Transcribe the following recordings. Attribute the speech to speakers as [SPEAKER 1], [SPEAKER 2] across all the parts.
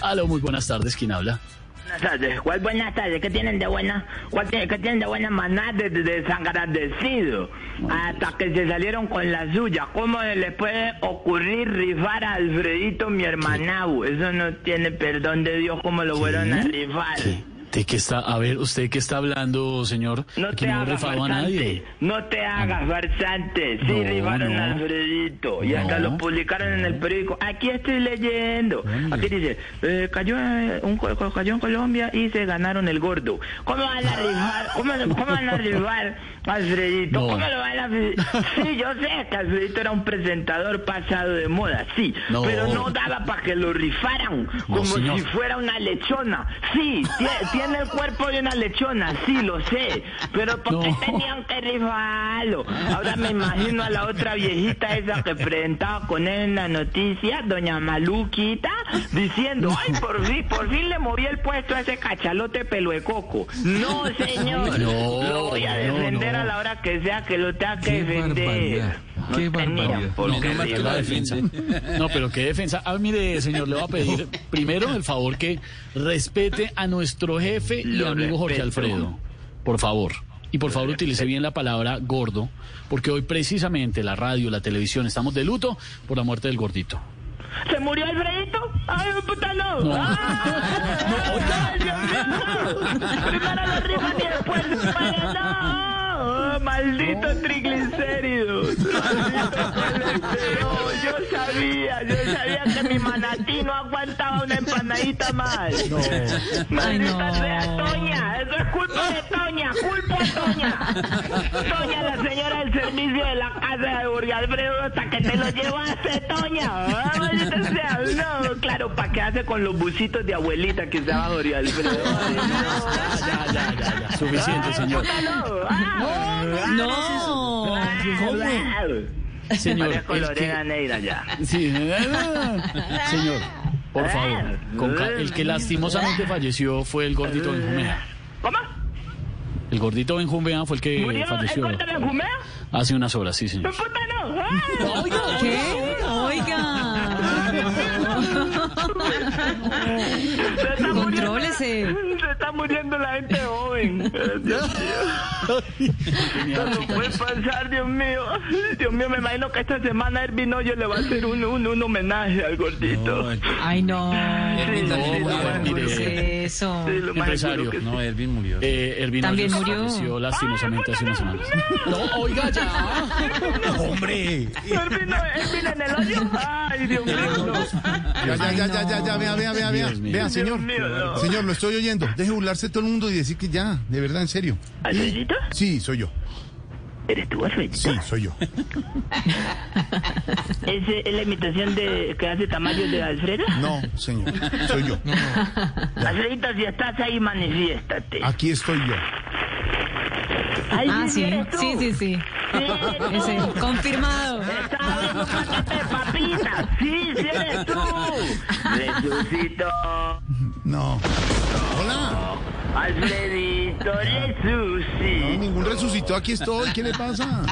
[SPEAKER 1] Aló, muy buenas tardes, ¿quién habla?
[SPEAKER 2] Buenas tardes. ¿Cuál buenas tardes? ¿Qué tienen de buena? ¿Cuál tiene- ¿Qué tienen de buena maná de, de- desagradecido? Hasta que se salieron con la suya. ¿Cómo se les puede ocurrir rifar a Alfredito, mi hermanau? Eso no tiene perdón de Dios como lo fueron a rifar.
[SPEAKER 1] ¿Qué? ¿De qué está? A ver, ¿usted qué está hablando, señor?
[SPEAKER 2] No
[SPEAKER 1] Aquí
[SPEAKER 2] te
[SPEAKER 1] no he
[SPEAKER 2] hagas
[SPEAKER 1] rifado a
[SPEAKER 2] farsante,
[SPEAKER 1] nadie.
[SPEAKER 2] no te hagas farsante. Sí,
[SPEAKER 1] No,
[SPEAKER 2] rifaron
[SPEAKER 1] no.
[SPEAKER 2] a Alfredito y hasta
[SPEAKER 1] No.
[SPEAKER 2] lo publicaron en el periódico. Aquí estoy leyendo. Aquí dice, eh, cayó, eh, un, co- co- cayó en Colombia y se ganaron el gordo. ¿Cómo van a rifar? ¿Cómo, cómo van a rifar a Alfredito?
[SPEAKER 1] No.
[SPEAKER 2] ¿Cómo lo van a Sí, yo sé que Alfredito era un presentador pasado de moda, sí,
[SPEAKER 1] No.
[SPEAKER 2] pero no daba para que lo rifaran
[SPEAKER 1] No,
[SPEAKER 2] como
[SPEAKER 1] señor.
[SPEAKER 2] si fuera una lechona. Sí, tie- tiene el cuerpo de una lechona, sí, lo sé. Pero ¿por qué
[SPEAKER 1] No.
[SPEAKER 2] tenían que rifarlo? Ahora me imagino a la otra viejita esa que presentaba con él en la noticia, doña Maluquita, diciendo, ay, por fin, por fin le moví el puesto a ese cachalote pelo de coco. No, señor.
[SPEAKER 1] No,
[SPEAKER 2] lo voy a
[SPEAKER 1] no,
[SPEAKER 2] defender
[SPEAKER 1] no.
[SPEAKER 2] a la hora que sea que lo tenga que
[SPEAKER 3] Qué
[SPEAKER 2] defender.
[SPEAKER 3] barbaridad,
[SPEAKER 2] No
[SPEAKER 3] qué
[SPEAKER 2] tenía
[SPEAKER 3] barbaridad.
[SPEAKER 2] por
[SPEAKER 1] No,
[SPEAKER 2] qué
[SPEAKER 1] no marcó la
[SPEAKER 2] rifarlo.
[SPEAKER 1] defensa. No, pero qué defensa. Ah, mire, señor, le voy a pedir primero el favor que respete a nuestro jefe y
[SPEAKER 2] Lo
[SPEAKER 1] amigo Jorge
[SPEAKER 2] respeto.
[SPEAKER 1] Alfredo. Por favor. Y por favor utilice bien la palabra gordo, porque hoy precisamente la radio, la televisión, estamos de luto por la muerte del gordito.
[SPEAKER 2] ¿Se murió Alfredito? ¡Ay, puta no!
[SPEAKER 1] No.
[SPEAKER 2] ¡Ay, Dios mío! Primero lo rifan y después el payaso. ¡Oh, ¡Maldito triglicérido! Yo sabía, yo sabía que mi manatí no aguantaba una empanadita más. Maldita sea Toña, eso es culpa de Toña, culpa de Toña. Toña, la señora del servicio de la casa de Jorge Alfredo, hasta que te lo llevaste, Toña. Ah, maldita sea, no, claro, ¿para qué hace con los busitos de abuelita que estaba Jorge Alfredo? Ay, no, ya, ya, ya, ya.
[SPEAKER 1] Suficiente, señor.
[SPEAKER 2] Puta, no. Ah,
[SPEAKER 4] No.
[SPEAKER 2] ah, ah.
[SPEAKER 1] Señor,
[SPEAKER 2] María
[SPEAKER 1] el que-
[SPEAKER 2] Colorena Neira, ya.
[SPEAKER 1] Sí. Señor, por favor. con ca- el que lastimosamente falleció fue el gordito
[SPEAKER 2] Eh.
[SPEAKER 1] Benjumea.
[SPEAKER 2] ¿Cómo?
[SPEAKER 1] El gordito Benjumea fue el que
[SPEAKER 2] ¿Murió el
[SPEAKER 1] falleció
[SPEAKER 2] corte de Jumea?
[SPEAKER 1] hace unas horas, sí, señor.
[SPEAKER 2] ¡Puta no! Ah.
[SPEAKER 4] ¿Qué? Oiga.
[SPEAKER 2] Se está muriendo-
[SPEAKER 4] Contrólese.
[SPEAKER 2] Se está muriendo la gente joven. Dios mío. Esto no puede pasar, Dios mío. Dios mío, me imagino que esta semana Ervin Hoyo le va a hacer un, un, un homenaje al gordito.
[SPEAKER 4] Ay, no.
[SPEAKER 2] Sí,
[SPEAKER 3] no,
[SPEAKER 2] sí,
[SPEAKER 3] no,
[SPEAKER 2] lo más
[SPEAKER 1] mire.
[SPEAKER 2] seguro
[SPEAKER 4] ¿Qué
[SPEAKER 2] que-
[SPEAKER 4] es eso?
[SPEAKER 2] sí, lo más seguro
[SPEAKER 1] Empresario,
[SPEAKER 2] que sí.
[SPEAKER 3] No, Ervin murió.
[SPEAKER 1] Eh, Ervin
[SPEAKER 4] También
[SPEAKER 1] Hoyos
[SPEAKER 4] murió.
[SPEAKER 1] falleció lastimosamente hace unas semanas. No, oiga ya.
[SPEAKER 3] ¡Hombre!
[SPEAKER 2] Ervin, no, Ervin en el hoyo. Ay, Dios mío. no.
[SPEAKER 5] Ya, ya, ya, ya, ya, ya, vea, vea, vea, vea,
[SPEAKER 1] Dios mío.
[SPEAKER 5] vea,
[SPEAKER 1] Dios
[SPEAKER 5] señor.
[SPEAKER 2] mío, no.
[SPEAKER 5] Señor, lo estoy oyendo. Deje burlarse todo el mundo y decir que ya, de verdad, en serio.
[SPEAKER 2] ¿Alfredito?
[SPEAKER 5] Sí, soy yo.
[SPEAKER 2] ¿Eres tú, Alfredito?
[SPEAKER 5] Sí, soy yo.
[SPEAKER 2] ¿Es, eh, la imitación de que hace Tamayo de Alfredo?
[SPEAKER 5] No, señor, soy yo.
[SPEAKER 2] Alfredito, si estás ahí, manifiéstate.
[SPEAKER 5] Aquí estoy yo.
[SPEAKER 2] Ay,
[SPEAKER 4] Ah, sí.
[SPEAKER 2] eres tú.
[SPEAKER 4] Sí, sí, sí.
[SPEAKER 2] Sí, eres tú.
[SPEAKER 4] Ese. Confirmado.
[SPEAKER 2] ¿Sabes un paquete de papitas? Sí, sí eres tú. Resucitó.
[SPEAKER 5] No. Hola.
[SPEAKER 2] Alfredito
[SPEAKER 5] No,
[SPEAKER 2] resucitó.
[SPEAKER 5] ningún resucitó. Aquí estoy. ¿Qué le pasa?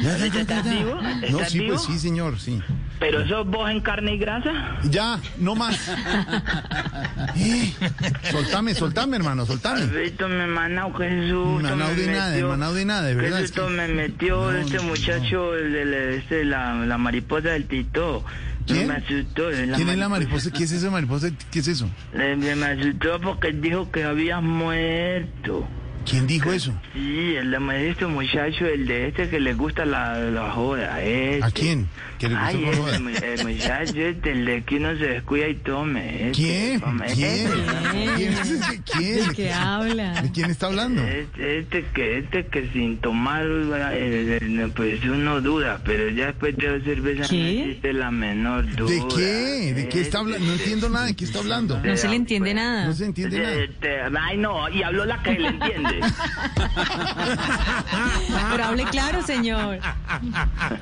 [SPEAKER 5] Ya, ya, ya, ya, ya.
[SPEAKER 2] vivo?
[SPEAKER 5] No,
[SPEAKER 2] ¿Estás
[SPEAKER 5] sí,
[SPEAKER 2] vivo?
[SPEAKER 5] pues sí, señor, sí.
[SPEAKER 2] ¿Pero sos vos en carne y grasa?
[SPEAKER 5] Ya, no más. Eh, soltame, soltame, hermano, soltame.
[SPEAKER 2] Alfredito me manao, qué susto.
[SPEAKER 5] Manao
[SPEAKER 2] me
[SPEAKER 5] de nada,
[SPEAKER 2] metió.
[SPEAKER 5] manao de nada, de
[SPEAKER 2] Qué
[SPEAKER 5] verdad, es
[SPEAKER 2] susto
[SPEAKER 5] que-
[SPEAKER 2] me metió
[SPEAKER 5] No,
[SPEAKER 2] este
[SPEAKER 5] no,
[SPEAKER 2] muchacho, el de la, este, la, la mariposa del Tito.
[SPEAKER 5] ¿Quién?
[SPEAKER 2] Me asustó.
[SPEAKER 5] ¿Quién es la mariposa? ¿Qué es eso,
[SPEAKER 2] Eh,
[SPEAKER 5] mariposa? ¿Qué es eso?
[SPEAKER 2] Le- Me, me asustó porque dijo que habías muerto.
[SPEAKER 5] ¿Quién dijo eso?
[SPEAKER 2] Sí, el de me- este muchacho, el de este que le gusta la, la joda. Este.
[SPEAKER 5] ¿A quién? ¿Que le gusta
[SPEAKER 2] Ay,
[SPEAKER 5] la
[SPEAKER 2] el,
[SPEAKER 5] joda?
[SPEAKER 2] mu- el muchacho, este, el de que no se descuida y tome. este,
[SPEAKER 5] ¿Quién?
[SPEAKER 2] tome,
[SPEAKER 5] ¿Quién? ¿Quién es ese? ¿Quién?
[SPEAKER 3] ¿De qué habla?
[SPEAKER 5] ¿De quién está hablando?
[SPEAKER 2] Este, este que este que sin tomar eh, eh, pues uno duda, pero ya después de dos cervezas no
[SPEAKER 3] ¿Qué?
[SPEAKER 2] existe la menor duda. eh, Este,
[SPEAKER 5] ¿De qué? ¿De qué está hablando? No entiendo nada. ¿De qué está hablando?
[SPEAKER 3] No se le entiende nada.
[SPEAKER 5] No se entiende nada.
[SPEAKER 2] Este, ay no, y habló la que le entiende.
[SPEAKER 3] Pero hable claro, señor.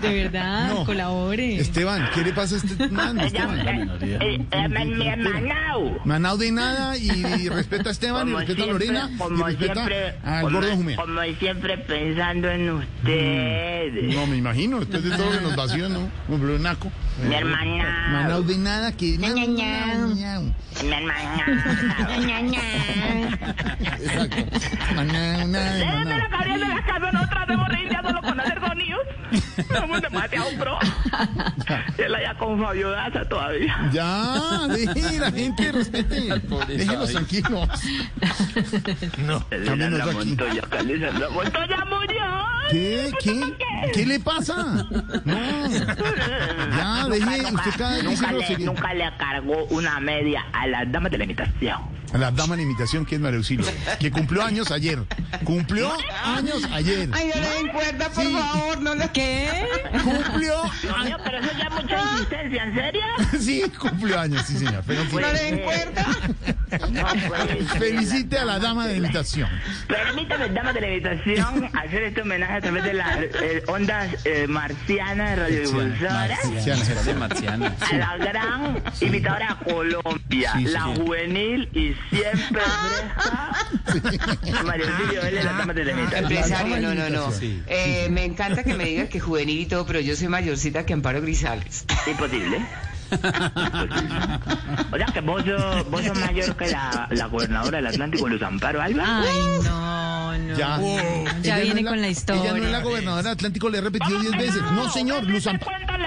[SPEAKER 3] De verdad,
[SPEAKER 5] No.
[SPEAKER 2] eh.
[SPEAKER 3] colabore.
[SPEAKER 5] Esteban, ¿qué le pasa a este man?
[SPEAKER 2] Ella,
[SPEAKER 5] Esteban?
[SPEAKER 1] la
[SPEAKER 2] eh,
[SPEAKER 1] minoría.
[SPEAKER 2] eh, eh, me- me hermanao.
[SPEAKER 5] Manao de nada y, y respeta a Esteban y
[SPEAKER 2] Como
[SPEAKER 5] respeta a
[SPEAKER 2] siempre,
[SPEAKER 5] Lorena y
[SPEAKER 2] como
[SPEAKER 5] respeta
[SPEAKER 2] siempre,
[SPEAKER 5] al
[SPEAKER 2] como-
[SPEAKER 5] gordo Jumea.
[SPEAKER 2] Como siempre pensando en ustedes.
[SPEAKER 5] Mm. No, me imagino, después de todo lo que nos vació, ¿no? Hombre, naco.
[SPEAKER 2] Mi hermana.
[SPEAKER 5] Manao de nada que...
[SPEAKER 2] ña, ña.
[SPEAKER 5] Ñau.
[SPEAKER 2] Mi hermana.
[SPEAKER 5] Exacto. Manao, nada,
[SPEAKER 6] Déjate la
[SPEAKER 5] manao.
[SPEAKER 6] cabeza de la cabeza, no tratemos de indiándolo con hacer sonidos. Somos demasiado pro.
[SPEAKER 2] Él allá con Fabio Daza todavía.
[SPEAKER 5] Ya, deje la gente, respete. Déjenlos tranquilos. No,
[SPEAKER 2] Alessandra
[SPEAKER 5] cámbianos de aquí.
[SPEAKER 2] Montoya, que Alessandra Montoya murió.
[SPEAKER 5] ¿Qué? ¿Qué? ¿Qué le pasa? No. Ya, deje, usted cada vez dice
[SPEAKER 2] Nunca le,
[SPEAKER 5] grosería.
[SPEAKER 2] nunca le cargó una media a las damas de la imitación.
[SPEAKER 5] A la dama de la imitación que es María Auxilio, que cumplió años ayer. Cumplió años ayer.
[SPEAKER 3] Ay, dale en cuenta, por favor, no le... ¿Qué?
[SPEAKER 5] Cumplió.
[SPEAKER 2] Dios mío, pero eso ya es mucha insistencia, ¿en serio? Pues,
[SPEAKER 5] Sí, cumplió años, sí, señor. Pero fue-
[SPEAKER 2] No, pues,
[SPEAKER 5] felicite a la dama de la imitación.
[SPEAKER 2] Permítame, damas de la habitación, hacer este homenaje a través de las eh, ondas eh, marcianas radiodifusoras
[SPEAKER 5] Marciana.
[SPEAKER 4] Marciana.
[SPEAKER 2] a la gran invitadora a Colombia,
[SPEAKER 5] Sí,
[SPEAKER 2] la
[SPEAKER 5] señor.
[SPEAKER 2] juvenil y siempre fresca, María Auxilio Vélez, la dama de la habitación.
[SPEAKER 7] Empresario, no, no, no. Eh, me encanta que me digas que juvenil y todo, pero yo soy mayorcita que Amparo Grisales.
[SPEAKER 2] Imposible. Imposible. O sea que vos sos, vos sos mayor que la, la gobernadora del Atlántico, Luz Amparo Alba.
[SPEAKER 3] Ay, no, no.
[SPEAKER 5] Ya, Ella no
[SPEAKER 3] viene
[SPEAKER 5] es
[SPEAKER 3] con la
[SPEAKER 5] Ella no es la
[SPEAKER 3] historia.
[SPEAKER 5] gobernadora del Atlántico, le he repetido diez veces.
[SPEAKER 2] Ah,
[SPEAKER 5] No, señor, Luz
[SPEAKER 2] Te
[SPEAKER 5] Amparo.
[SPEAKER 2] cuento pues, la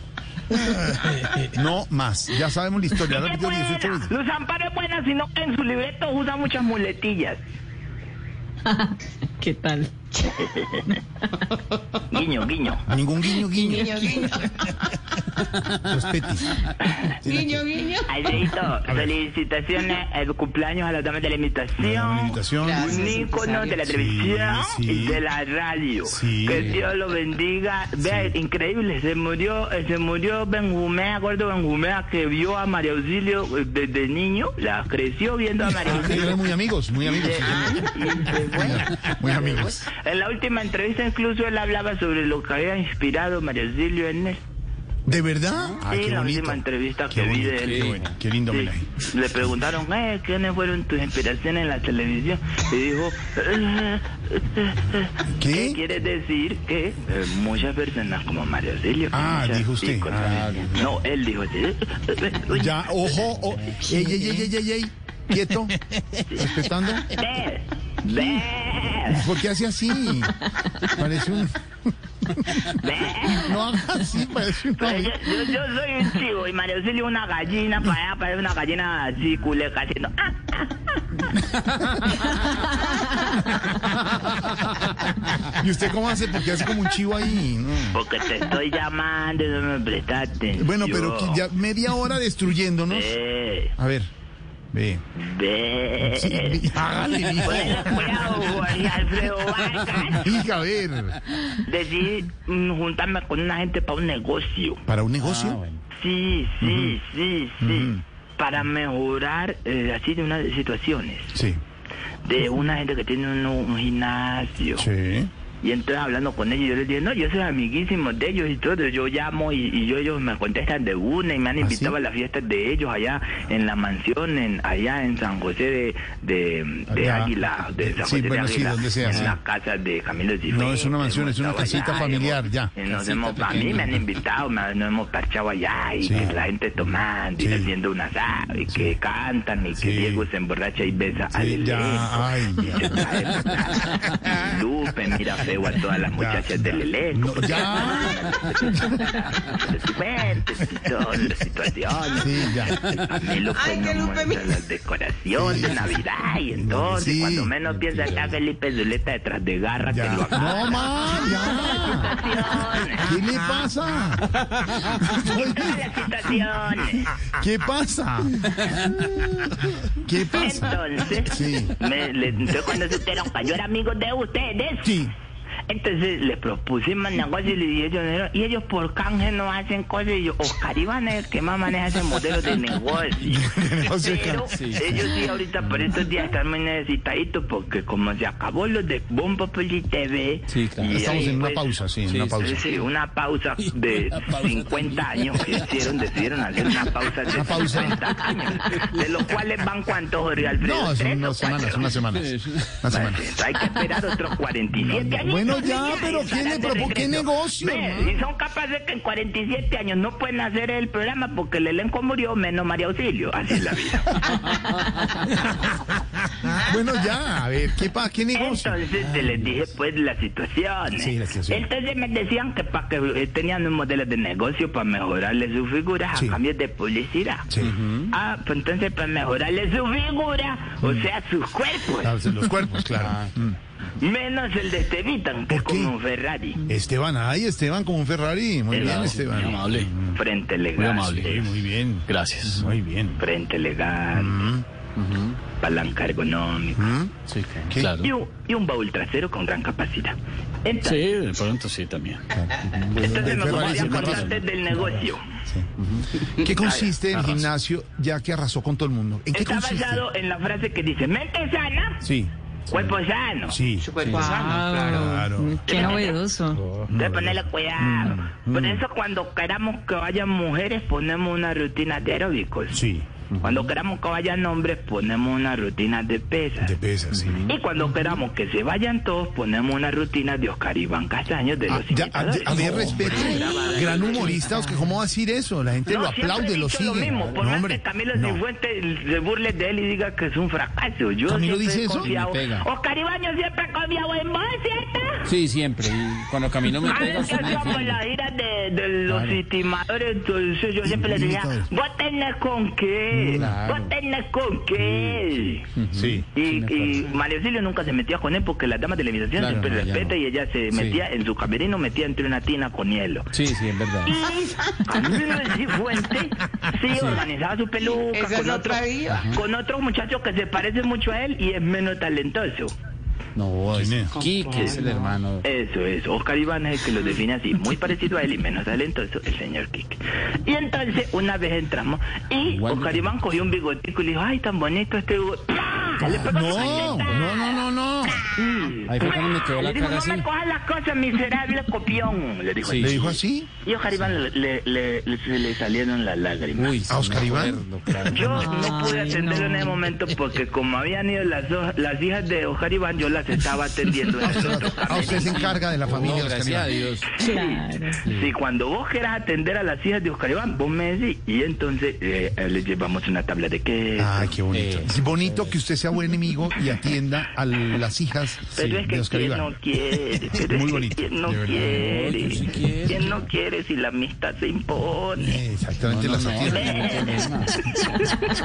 [SPEAKER 5] No más. Ya sabemos la historia. La he
[SPEAKER 2] Es
[SPEAKER 5] repetido
[SPEAKER 2] buena.
[SPEAKER 5] 18 veces.
[SPEAKER 2] Luz Amparo es buena, sino que en su libreto usa muchas muletillas.
[SPEAKER 3] ¿Qué tal?
[SPEAKER 2] Guiño, guiño.
[SPEAKER 5] Ningún guiño, guiño.
[SPEAKER 7] Guiño, guiño,
[SPEAKER 5] Respete.
[SPEAKER 7] guiño, guiño.
[SPEAKER 2] Alfredito, felicitaciones, el cumpleaños a las damas de la
[SPEAKER 5] Bueno, la
[SPEAKER 2] imitación.
[SPEAKER 5] invitación.
[SPEAKER 7] Gracias.
[SPEAKER 2] Un ícono de la televisión
[SPEAKER 5] Sí, sí.
[SPEAKER 2] y de la radio.
[SPEAKER 5] Sí.
[SPEAKER 2] Que Dios lo bendiga. Vea, increíble, se murió, eh, se murió Benjumea, gordo Benjumea, que vio a María Auxilio eh, desde niño, la creció viendo a María
[SPEAKER 5] Ah,
[SPEAKER 2] Auxilio.
[SPEAKER 5] eran muy amigos, muy amigos. sí,
[SPEAKER 2] Ah,
[SPEAKER 5] señor.
[SPEAKER 2] y se fue.
[SPEAKER 5] Muy amigos.
[SPEAKER 2] En la última entrevista incluso él hablaba sobre lo que había inspirado María Auxilio en él.
[SPEAKER 5] ¿De verdad? Ah,
[SPEAKER 2] Sí,
[SPEAKER 5] qué
[SPEAKER 2] la
[SPEAKER 5] bonito.
[SPEAKER 2] última entrevista
[SPEAKER 5] Qué
[SPEAKER 2] que vi
[SPEAKER 5] bonito,
[SPEAKER 2] de él.
[SPEAKER 5] qué bueno, qué lindo
[SPEAKER 2] Sí.
[SPEAKER 5] homenaje.
[SPEAKER 2] Le preguntaron, eh, ¿quiénes fueron tus inspiraciones en la televisión? Y dijo, eh, eh, eh,
[SPEAKER 5] ¿Qué?
[SPEAKER 2] quiere decir que eh, muchas personas como Mario Auxilio.
[SPEAKER 5] Ah,
[SPEAKER 2] muchas
[SPEAKER 5] dijo usted.
[SPEAKER 2] chicos,
[SPEAKER 5] Ah,
[SPEAKER 2] ¿sabes?
[SPEAKER 5] ya.
[SPEAKER 2] no, él dijo, sí, eh, eh, eh,
[SPEAKER 5] Ya, ojo, o- ey, ey, ey, ey, ey, ey, quieto, respetando.
[SPEAKER 2] ve, ve,
[SPEAKER 5] ¿Por qué hace así? Parece un...
[SPEAKER 2] ve.
[SPEAKER 5] No haga así, parece un...
[SPEAKER 2] Pues yo, yo, yo soy un chivo y Mario Auxilio una gallina para allá, parece una gallina así culeca haciendo. ah, ah,
[SPEAKER 5] ¿Y usted cómo hace? Porque hace como un chivo ahí, ¿no?
[SPEAKER 2] porque te estoy llamando y no me prestaste.
[SPEAKER 5] Bueno, pero que ya media hora destruyéndonos.
[SPEAKER 2] Ve,
[SPEAKER 5] A ver, ve.
[SPEAKER 2] ve.
[SPEAKER 5] Sí, ve, hágale,
[SPEAKER 2] Ponele
[SPEAKER 5] hijo.
[SPEAKER 2] cuidado, Jorge Alfredo Vargas.
[SPEAKER 5] Hija, a ver.
[SPEAKER 2] Decidí mm, juntarme con una gente para un negocio.
[SPEAKER 5] ¿Para un negocio?
[SPEAKER 2] Sí, sí, sí, sí. Para mejorar eh, así de unas situaciones.
[SPEAKER 5] Sí.
[SPEAKER 2] De una gente que tiene un, un gimnasio.
[SPEAKER 5] Sí.
[SPEAKER 2] Y entonces hablando con ellos, yo les dije, no, yo soy amiguísimo de ellos y todo. Yo llamo y, y yo, ellos me contestan de una y me han invitado
[SPEAKER 5] ¿Ah, sí?
[SPEAKER 2] a las fiestas de ellos allá en la mansión, en, allá en San José de, de, de
[SPEAKER 5] Allá.
[SPEAKER 2] Águila, de San
[SPEAKER 5] Sí,
[SPEAKER 2] José de
[SPEAKER 5] bueno, sí,
[SPEAKER 2] Águila,
[SPEAKER 5] donde sea,
[SPEAKER 2] en
[SPEAKER 5] sí.
[SPEAKER 2] la casa de Camilo Cifuentes.
[SPEAKER 5] No, es una mansión,
[SPEAKER 2] Hemos
[SPEAKER 5] es una
[SPEAKER 2] estado
[SPEAKER 5] casita familiar, ya.
[SPEAKER 2] y nos
[SPEAKER 5] Casita
[SPEAKER 2] hemos, a mí
[SPEAKER 5] pequeña.
[SPEAKER 2] me han invitado, me- nos hemos parchado allá y
[SPEAKER 5] Sí.
[SPEAKER 2] que la gente tomando
[SPEAKER 5] Sí.
[SPEAKER 2] y haciendo un asado y que cantan y que
[SPEAKER 5] Sí.
[SPEAKER 2] Diego se emborracha y besa al
[SPEAKER 5] Sí, ya, ay,
[SPEAKER 2] elenco.
[SPEAKER 5] ya.
[SPEAKER 2] Lupe mira feo a todas las muchachas del elenco.
[SPEAKER 5] No, ya.
[SPEAKER 2] Los cuentos y todas las situaciones.
[SPEAKER 5] Sí, ya.
[SPEAKER 2] Camilo
[SPEAKER 7] Ay,
[SPEAKER 2] pues,
[SPEAKER 7] que
[SPEAKER 2] nos
[SPEAKER 7] Lupe,
[SPEAKER 2] muestra
[SPEAKER 7] mira.
[SPEAKER 2] las decoraciones de Navidad y entonces
[SPEAKER 5] Sí.
[SPEAKER 2] cuando menos piensa está Felipe Zuleta detrás de garra
[SPEAKER 5] Ya.
[SPEAKER 2] que lo
[SPEAKER 5] No,
[SPEAKER 2] agarra.
[SPEAKER 5] ma, ya. ¿Qué le pasa? Oye,
[SPEAKER 2] Las situaciones.
[SPEAKER 5] ¿Qué pasa? ¿Qué pasa?
[SPEAKER 2] Entonces,
[SPEAKER 5] Sí.
[SPEAKER 2] me, le, entonces cuando se enteraron que yo era amigo de ustedes,
[SPEAKER 5] Sí.
[SPEAKER 2] entonces le propuse más negocios y le dije yo, "Nero, y ellos por canje no hacen cosas, y yo, Oscar Iván es el que más maneja ese modelo de negocio.
[SPEAKER 5] No sé,
[SPEAKER 2] Pero
[SPEAKER 5] sí.
[SPEAKER 2] ellos sí ahorita por estos días están muy necesitaditos porque como se acabó lo de Bon Populi TV,
[SPEAKER 8] Sí, claro.
[SPEAKER 2] y
[SPEAKER 5] Estamos
[SPEAKER 2] ahí,
[SPEAKER 5] en una
[SPEAKER 2] pues,
[SPEAKER 5] pausa, sí, en una pausa.
[SPEAKER 2] Sí, una pausa de 50 años que hicieron, decidieron hacer una pausa de
[SPEAKER 5] Una pausa.
[SPEAKER 2] 50 años. De los cuales van cuántos, Jorge Alfredo?
[SPEAKER 5] No,
[SPEAKER 2] ¿Tres
[SPEAKER 5] son
[SPEAKER 2] o
[SPEAKER 5] unas
[SPEAKER 2] cuatro?
[SPEAKER 5] semanas, unas semanas. Unas semanas.
[SPEAKER 2] Entonces, Hay que esperar otros 47 años.
[SPEAKER 5] Bueno, ya, pero ¿quién
[SPEAKER 2] ¿quién
[SPEAKER 5] le propuso? ¿Qué negocio, hermano?
[SPEAKER 2] Si son capaces que en 47 años no pueden hacer el programa porque el elenco murió, menos María Auxilio. Así es la vida.
[SPEAKER 5] Bueno, ya, a ver, ¿qué pasa? ¿Qué negocio?
[SPEAKER 2] Ah. Entonces te les dije pues la situación.
[SPEAKER 5] Ah,
[SPEAKER 2] ¿eh?
[SPEAKER 5] Sí, la situación.
[SPEAKER 2] Entonces me decían que para que eh, tenían un modelo de negocio para mejorarle sus figuras
[SPEAKER 5] Sí.
[SPEAKER 2] a cambio de publicidad.
[SPEAKER 5] Sí.
[SPEAKER 2] Ah, pues entonces para mejorarle su figura, o sea, sus cuerpos,
[SPEAKER 5] Ah, Los cuerpos, claro. Mm.
[SPEAKER 2] menos el de Estevitan, que es
[SPEAKER 5] ¿Por qué?
[SPEAKER 2] como un Ferrari.
[SPEAKER 5] Esteban, ay, Esteban, como un Ferrari. Muy bien,
[SPEAKER 2] Muy
[SPEAKER 1] Muy
[SPEAKER 5] Esteban.
[SPEAKER 1] amable.
[SPEAKER 2] Frente legal.
[SPEAKER 1] Muy amable.
[SPEAKER 5] Sí, muy bien.
[SPEAKER 1] Gracias.
[SPEAKER 5] Muy bien.
[SPEAKER 2] Frente legal. Palanca ergonómica.
[SPEAKER 1] Sí,
[SPEAKER 5] ¿Qué?
[SPEAKER 1] claro.
[SPEAKER 2] Y, un, y un baúl trasero con gran capacidad.
[SPEAKER 1] Sí,
[SPEAKER 2] Entonces,
[SPEAKER 1] de pronto sí también.
[SPEAKER 2] entonces me
[SPEAKER 5] Ferrari,
[SPEAKER 2] gustaría
[SPEAKER 5] sí, con
[SPEAKER 2] contarte
[SPEAKER 1] razón.
[SPEAKER 2] del negocio.
[SPEAKER 5] ¿Qué consiste el
[SPEAKER 1] Arrasa.
[SPEAKER 5] gimnasio ya que arrasó con todo el mundo? ¿En qué
[SPEAKER 2] Está
[SPEAKER 5] consiste?
[SPEAKER 2] basado en la frase que dice, mente sana,
[SPEAKER 5] Sí,
[SPEAKER 2] cuerpo sano.
[SPEAKER 5] sí.
[SPEAKER 7] Su cuerpo sano, claro.
[SPEAKER 5] Claro.
[SPEAKER 3] Qué novedoso.
[SPEAKER 2] Entonces
[SPEAKER 5] Mm.
[SPEAKER 2] ponerle cuidado. Por eso cuando queramos que vayan mujeres ponemos una rutina de aeróbicos.
[SPEAKER 5] Sí,
[SPEAKER 2] Cuando queramos que vayan hombres ponemos una rutina de pesas.
[SPEAKER 5] de pesas, sí.
[SPEAKER 2] Y cuando queramos que se vayan todos ponemos una rutina de Oscar Iván Castaño de los
[SPEAKER 5] Ah, ya, a,
[SPEAKER 2] imitadores.
[SPEAKER 5] a ver, respete. Gran humorista, Oscar, ¿cómo va a decir eso? La gente
[SPEAKER 2] No,
[SPEAKER 5] lo
[SPEAKER 2] siempre he
[SPEAKER 5] aplaude, lo
[SPEAKER 2] dicho
[SPEAKER 5] sigue.
[SPEAKER 2] mismo. Por
[SPEAKER 5] No,
[SPEAKER 2] más
[SPEAKER 5] hombre,
[SPEAKER 2] que Camilo
[SPEAKER 5] no.
[SPEAKER 2] Cifuentes se burle de él y diga que es un fracaso. Yo
[SPEAKER 5] ¿Camilo
[SPEAKER 2] siempre
[SPEAKER 5] dice
[SPEAKER 2] he
[SPEAKER 5] eso?
[SPEAKER 2] confiado.
[SPEAKER 8] Me pega.
[SPEAKER 2] Oscar Iván, yo siempre he confiado en vos, ¿cierto?
[SPEAKER 8] Sí, siempre. Y cuando camino me
[SPEAKER 2] Ah,
[SPEAKER 8] pega.
[SPEAKER 2] es que hacíamos la gira de, de los estimadores, entonces yo siempre les decía,
[SPEAKER 5] Imitadores.
[SPEAKER 2] vos tenés con qué,
[SPEAKER 8] Mm, Claro.
[SPEAKER 2] vos tenés con qué.
[SPEAKER 5] Sí.
[SPEAKER 2] Y, y María Auxilio nunca se metía con él porque la dama de la invitación
[SPEAKER 8] Claro,
[SPEAKER 2] siempre
[SPEAKER 8] no, ya
[SPEAKER 2] respeta
[SPEAKER 8] no.
[SPEAKER 2] y ella se
[SPEAKER 8] Sí.
[SPEAKER 2] metía en su camerino, metía entre una tina con hielo.
[SPEAKER 8] Sí, sí, es verdad.
[SPEAKER 2] Y Camilo Cifuentes sí, organizaba su peluca
[SPEAKER 7] Esa
[SPEAKER 2] con
[SPEAKER 7] es
[SPEAKER 2] otro,
[SPEAKER 7] otra vida.
[SPEAKER 2] con otro muchacho que se parece mucho a él y es menos talentoso.
[SPEAKER 8] No, es
[SPEAKER 5] ¿Quién es?
[SPEAKER 8] Quique es el hermano.
[SPEAKER 2] Eso es, Oscar Iván es el que lo define así, muy parecido a él y menos talentoso, el señor Kik. Y entonces una vez entramos y
[SPEAKER 8] Igual
[SPEAKER 2] Oscar
[SPEAKER 8] de-
[SPEAKER 2] Iván cogió un bigotico y le dijo, ay, tan bonito este bigote. ¡Pah! Le pegó la
[SPEAKER 5] No,
[SPEAKER 2] galleta.
[SPEAKER 5] no, no, no, no.
[SPEAKER 8] Ahí fue cuando me quedó
[SPEAKER 2] Le
[SPEAKER 8] la
[SPEAKER 2] dijo,
[SPEAKER 8] cara
[SPEAKER 2] no
[SPEAKER 8] así.
[SPEAKER 2] me cojas las cosas, miserable copión. Le dijo.
[SPEAKER 8] Sí.
[SPEAKER 5] ¿Le dijo así?
[SPEAKER 2] Y Oscar Iván le, le- le- le- se le salieron las lágrimas.
[SPEAKER 8] Uy,
[SPEAKER 5] ¿A Oscar
[SPEAKER 8] no
[SPEAKER 5] Iván?
[SPEAKER 8] acuerdo, claro.
[SPEAKER 2] Yo no pude atenderlo en ese momento porque como habían ido las, ho- las hijas de Oscar Iván, yo las estaba atendiendo en el otro
[SPEAKER 5] A usted se encarga de la
[SPEAKER 8] No,
[SPEAKER 5] familia, Oscar
[SPEAKER 8] gracias a
[SPEAKER 5] Iván.
[SPEAKER 8] Dios.
[SPEAKER 2] Sí.
[SPEAKER 3] Claro.
[SPEAKER 2] Sí, cuando vos quieras atender a las hijas de Oscar Iván, vos me decís. Y entonces eh, eh, les llevamos una tabla de queso.
[SPEAKER 5] Ay, qué bonito.
[SPEAKER 8] Eh,
[SPEAKER 5] Es bonito que usted sea buen enemigo y atienda a las hijas
[SPEAKER 2] pero es
[SPEAKER 5] de
[SPEAKER 2] que
[SPEAKER 5] Oscar
[SPEAKER 2] quien
[SPEAKER 5] Iván.
[SPEAKER 2] no quiere. pero
[SPEAKER 5] Muy
[SPEAKER 2] es que
[SPEAKER 5] bonito,
[SPEAKER 2] Quien no
[SPEAKER 5] de verdad.
[SPEAKER 8] No, yo sí
[SPEAKER 2] quiere.
[SPEAKER 8] quiero.
[SPEAKER 2] Quien no quiere si la amistad se impone.
[SPEAKER 5] Eh, Exactamente
[SPEAKER 8] No,
[SPEAKER 5] las
[SPEAKER 8] no, no,
[SPEAKER 5] atiende.
[SPEAKER 8] no, no,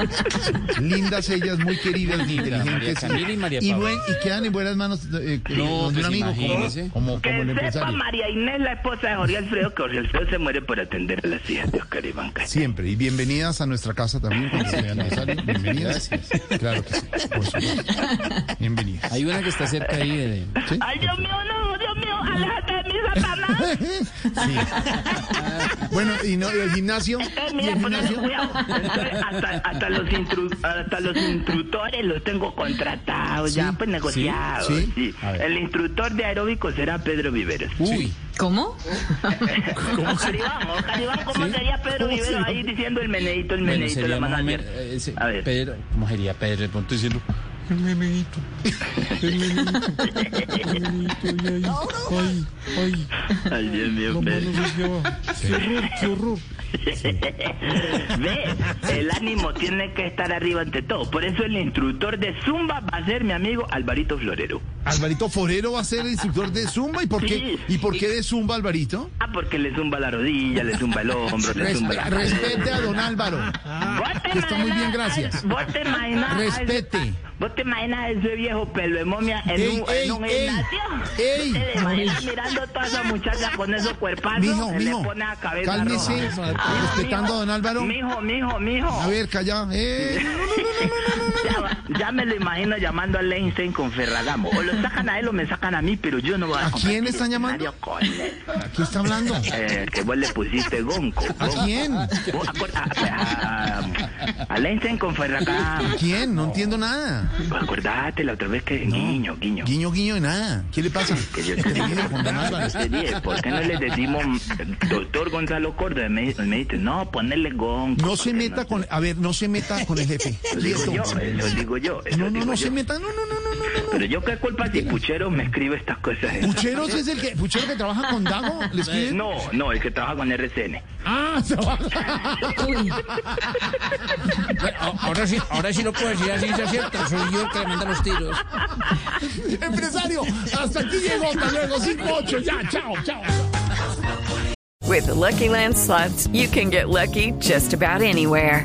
[SPEAKER 8] no, no.
[SPEAKER 5] Lindas ellas, muy queridas, muy
[SPEAKER 8] Linda, María
[SPEAKER 5] inteligentes.
[SPEAKER 8] Camila y María
[SPEAKER 5] y,
[SPEAKER 8] Paula.
[SPEAKER 5] buen- y quedan en buenas manos eh, eh,
[SPEAKER 8] No,
[SPEAKER 5] con un
[SPEAKER 8] pues
[SPEAKER 5] amigo
[SPEAKER 8] imagínese.
[SPEAKER 5] como, como, como el
[SPEAKER 2] Que sepa
[SPEAKER 5] empresario.
[SPEAKER 2] María Inés, la esposa de Jorge Alfredo, que Jorge Alfredo se muere por atender a las hijas de Oscar Iván. Castaño.
[SPEAKER 5] Siempre. Y bienvenidas a nuestra casa también cuando sea necesario. Bienvenidas. Claro que sí. Por supuesto. Bienvenidas.
[SPEAKER 8] Hay una que está cerca ahí de...
[SPEAKER 5] ¿Sí?
[SPEAKER 2] Ay, Dios mío, no, Dios mío, aléjate de mí, Satanás.
[SPEAKER 9] Sí. Bueno, y no, y el gimnasio.
[SPEAKER 2] Eh,
[SPEAKER 9] ¿Y
[SPEAKER 2] mira,
[SPEAKER 9] el
[SPEAKER 2] ponele
[SPEAKER 9] gimnasio?
[SPEAKER 2] cuidado. Hasta, hasta los intru- hasta los instructores los tengo contratados,
[SPEAKER 9] Sí,
[SPEAKER 2] ya pues negociados.
[SPEAKER 9] sí, sí.
[SPEAKER 2] sí.
[SPEAKER 9] A ver.
[SPEAKER 2] El instructor de aeróbico será Pedro Viveros.
[SPEAKER 9] Uy.
[SPEAKER 3] ¿Cómo?
[SPEAKER 2] ¿Cómo Caribán, oh, Caribán, ¿cómo
[SPEAKER 1] Sí.
[SPEAKER 2] sería Pedro
[SPEAKER 1] ¿Cómo
[SPEAKER 2] Viveros
[SPEAKER 1] sería?
[SPEAKER 2] ahí diciendo el menedito, el
[SPEAKER 1] Bueno,
[SPEAKER 2] menedito, la
[SPEAKER 1] sería
[SPEAKER 2] mano
[SPEAKER 1] más o
[SPEAKER 2] abierta?
[SPEAKER 1] menos, eh, ese-
[SPEAKER 2] A ver.
[SPEAKER 1] Pedro, ¿cómo sería Pedro? De pronto diciendo, el menito, el menito, el menito, y ahí, ay, ay,
[SPEAKER 2] Ay, Dios mío,
[SPEAKER 1] las
[SPEAKER 2] Pedro.
[SPEAKER 1] manos hacia abajo. Qué horror, qué horror.
[SPEAKER 2] Ve, el ánimo tiene que estar arriba ante todo. Por eso el instructor de Zumba va a ser mi amigo Alvarito Florero.
[SPEAKER 9] Alvarito Forero va a ser el instructor de Zumba. ¿Y por qué,
[SPEAKER 2] Sí.
[SPEAKER 9] ¿y por qué de Zumba, Alvarito?
[SPEAKER 2] Ah, porque le zumba la rodilla, le zumba el hombro, le zumba
[SPEAKER 9] Respe-
[SPEAKER 2] la
[SPEAKER 9] respete a don Álvaro.
[SPEAKER 2] ¿Vos te
[SPEAKER 9] que está muy
[SPEAKER 2] imaginas-
[SPEAKER 9] bien, gracias.
[SPEAKER 2] Vos te imaginas.
[SPEAKER 9] Respete.
[SPEAKER 2] Vos te imaginas ese viejo pelo de momia en
[SPEAKER 9] Ey,
[SPEAKER 2] un,
[SPEAKER 9] ey,
[SPEAKER 2] en un
[SPEAKER 9] ey,
[SPEAKER 2] gimnasio.
[SPEAKER 9] ey.
[SPEAKER 2] ¿Te imaginas mirando a todas esas muchachas con esos cuerpazos?
[SPEAKER 9] Mijo,
[SPEAKER 2] Se
[SPEAKER 9] mijo,
[SPEAKER 2] le pone la cabeza
[SPEAKER 9] cálmese,
[SPEAKER 2] roja.
[SPEAKER 9] respetando a don Álvaro.
[SPEAKER 2] Mijo, mijo, mijo.
[SPEAKER 9] A ver, calla. Eh, no, no, no,
[SPEAKER 2] Ya, va- ya me lo imagino llamando a Einstein con Ferragamo. O lo sacan a él o me sacan a mí, pero yo no voy a
[SPEAKER 9] ¿A quién
[SPEAKER 2] compartir
[SPEAKER 9] están llamando?
[SPEAKER 2] escenario con él.
[SPEAKER 9] no. ¿Qué está hablando?
[SPEAKER 2] Eh, que vos le pusiste gonco.
[SPEAKER 9] ¿A quién?
[SPEAKER 2] Vos acor- A, a- a Einstein con Ferragamo.
[SPEAKER 9] ¿Quién? No entiendo nada.
[SPEAKER 2] Acordate la otra vez que guiño, guiño.
[SPEAKER 9] Guiño, guiño, de nada. ¿Qué le pasa?
[SPEAKER 2] Que yo te dije,
[SPEAKER 9] Guiño con don Álvaro.
[SPEAKER 2] yo te dije, ¿por qué no le decimos doctor Gonzalo Córdoba? Y Me, me dice, no, ponerle gonco.
[SPEAKER 9] No se
[SPEAKER 2] porque
[SPEAKER 9] meta
[SPEAKER 2] no-
[SPEAKER 9] con, a ver, no se meta con el jefe.
[SPEAKER 2] Lo digo yo,
[SPEAKER 9] Quieto.
[SPEAKER 2] eso digo yo. eso
[SPEAKER 9] No, no,
[SPEAKER 2] digo
[SPEAKER 9] no
[SPEAKER 2] yo.
[SPEAKER 9] se meta, no, no, no, no, no, no.
[SPEAKER 2] Pero yo qué culpa si Puchero me escribe estas cosas.
[SPEAKER 9] Pucheros es el que, Puchero que trabaja con Dago, le escribe.
[SPEAKER 2] No, no, el que trabaja con RCN.
[SPEAKER 9] Ah,
[SPEAKER 1] Bueno, a- Ahora sí, ahora sí lo puedo decir así, es cierto. Soy yo el que le manda los tiros.
[SPEAKER 9] empresario, hasta aquí llegó, hasta luego, 5-8, ya, chao, chao.
[SPEAKER 10] With the Lucky Land slots, you can get lucky just about anywhere.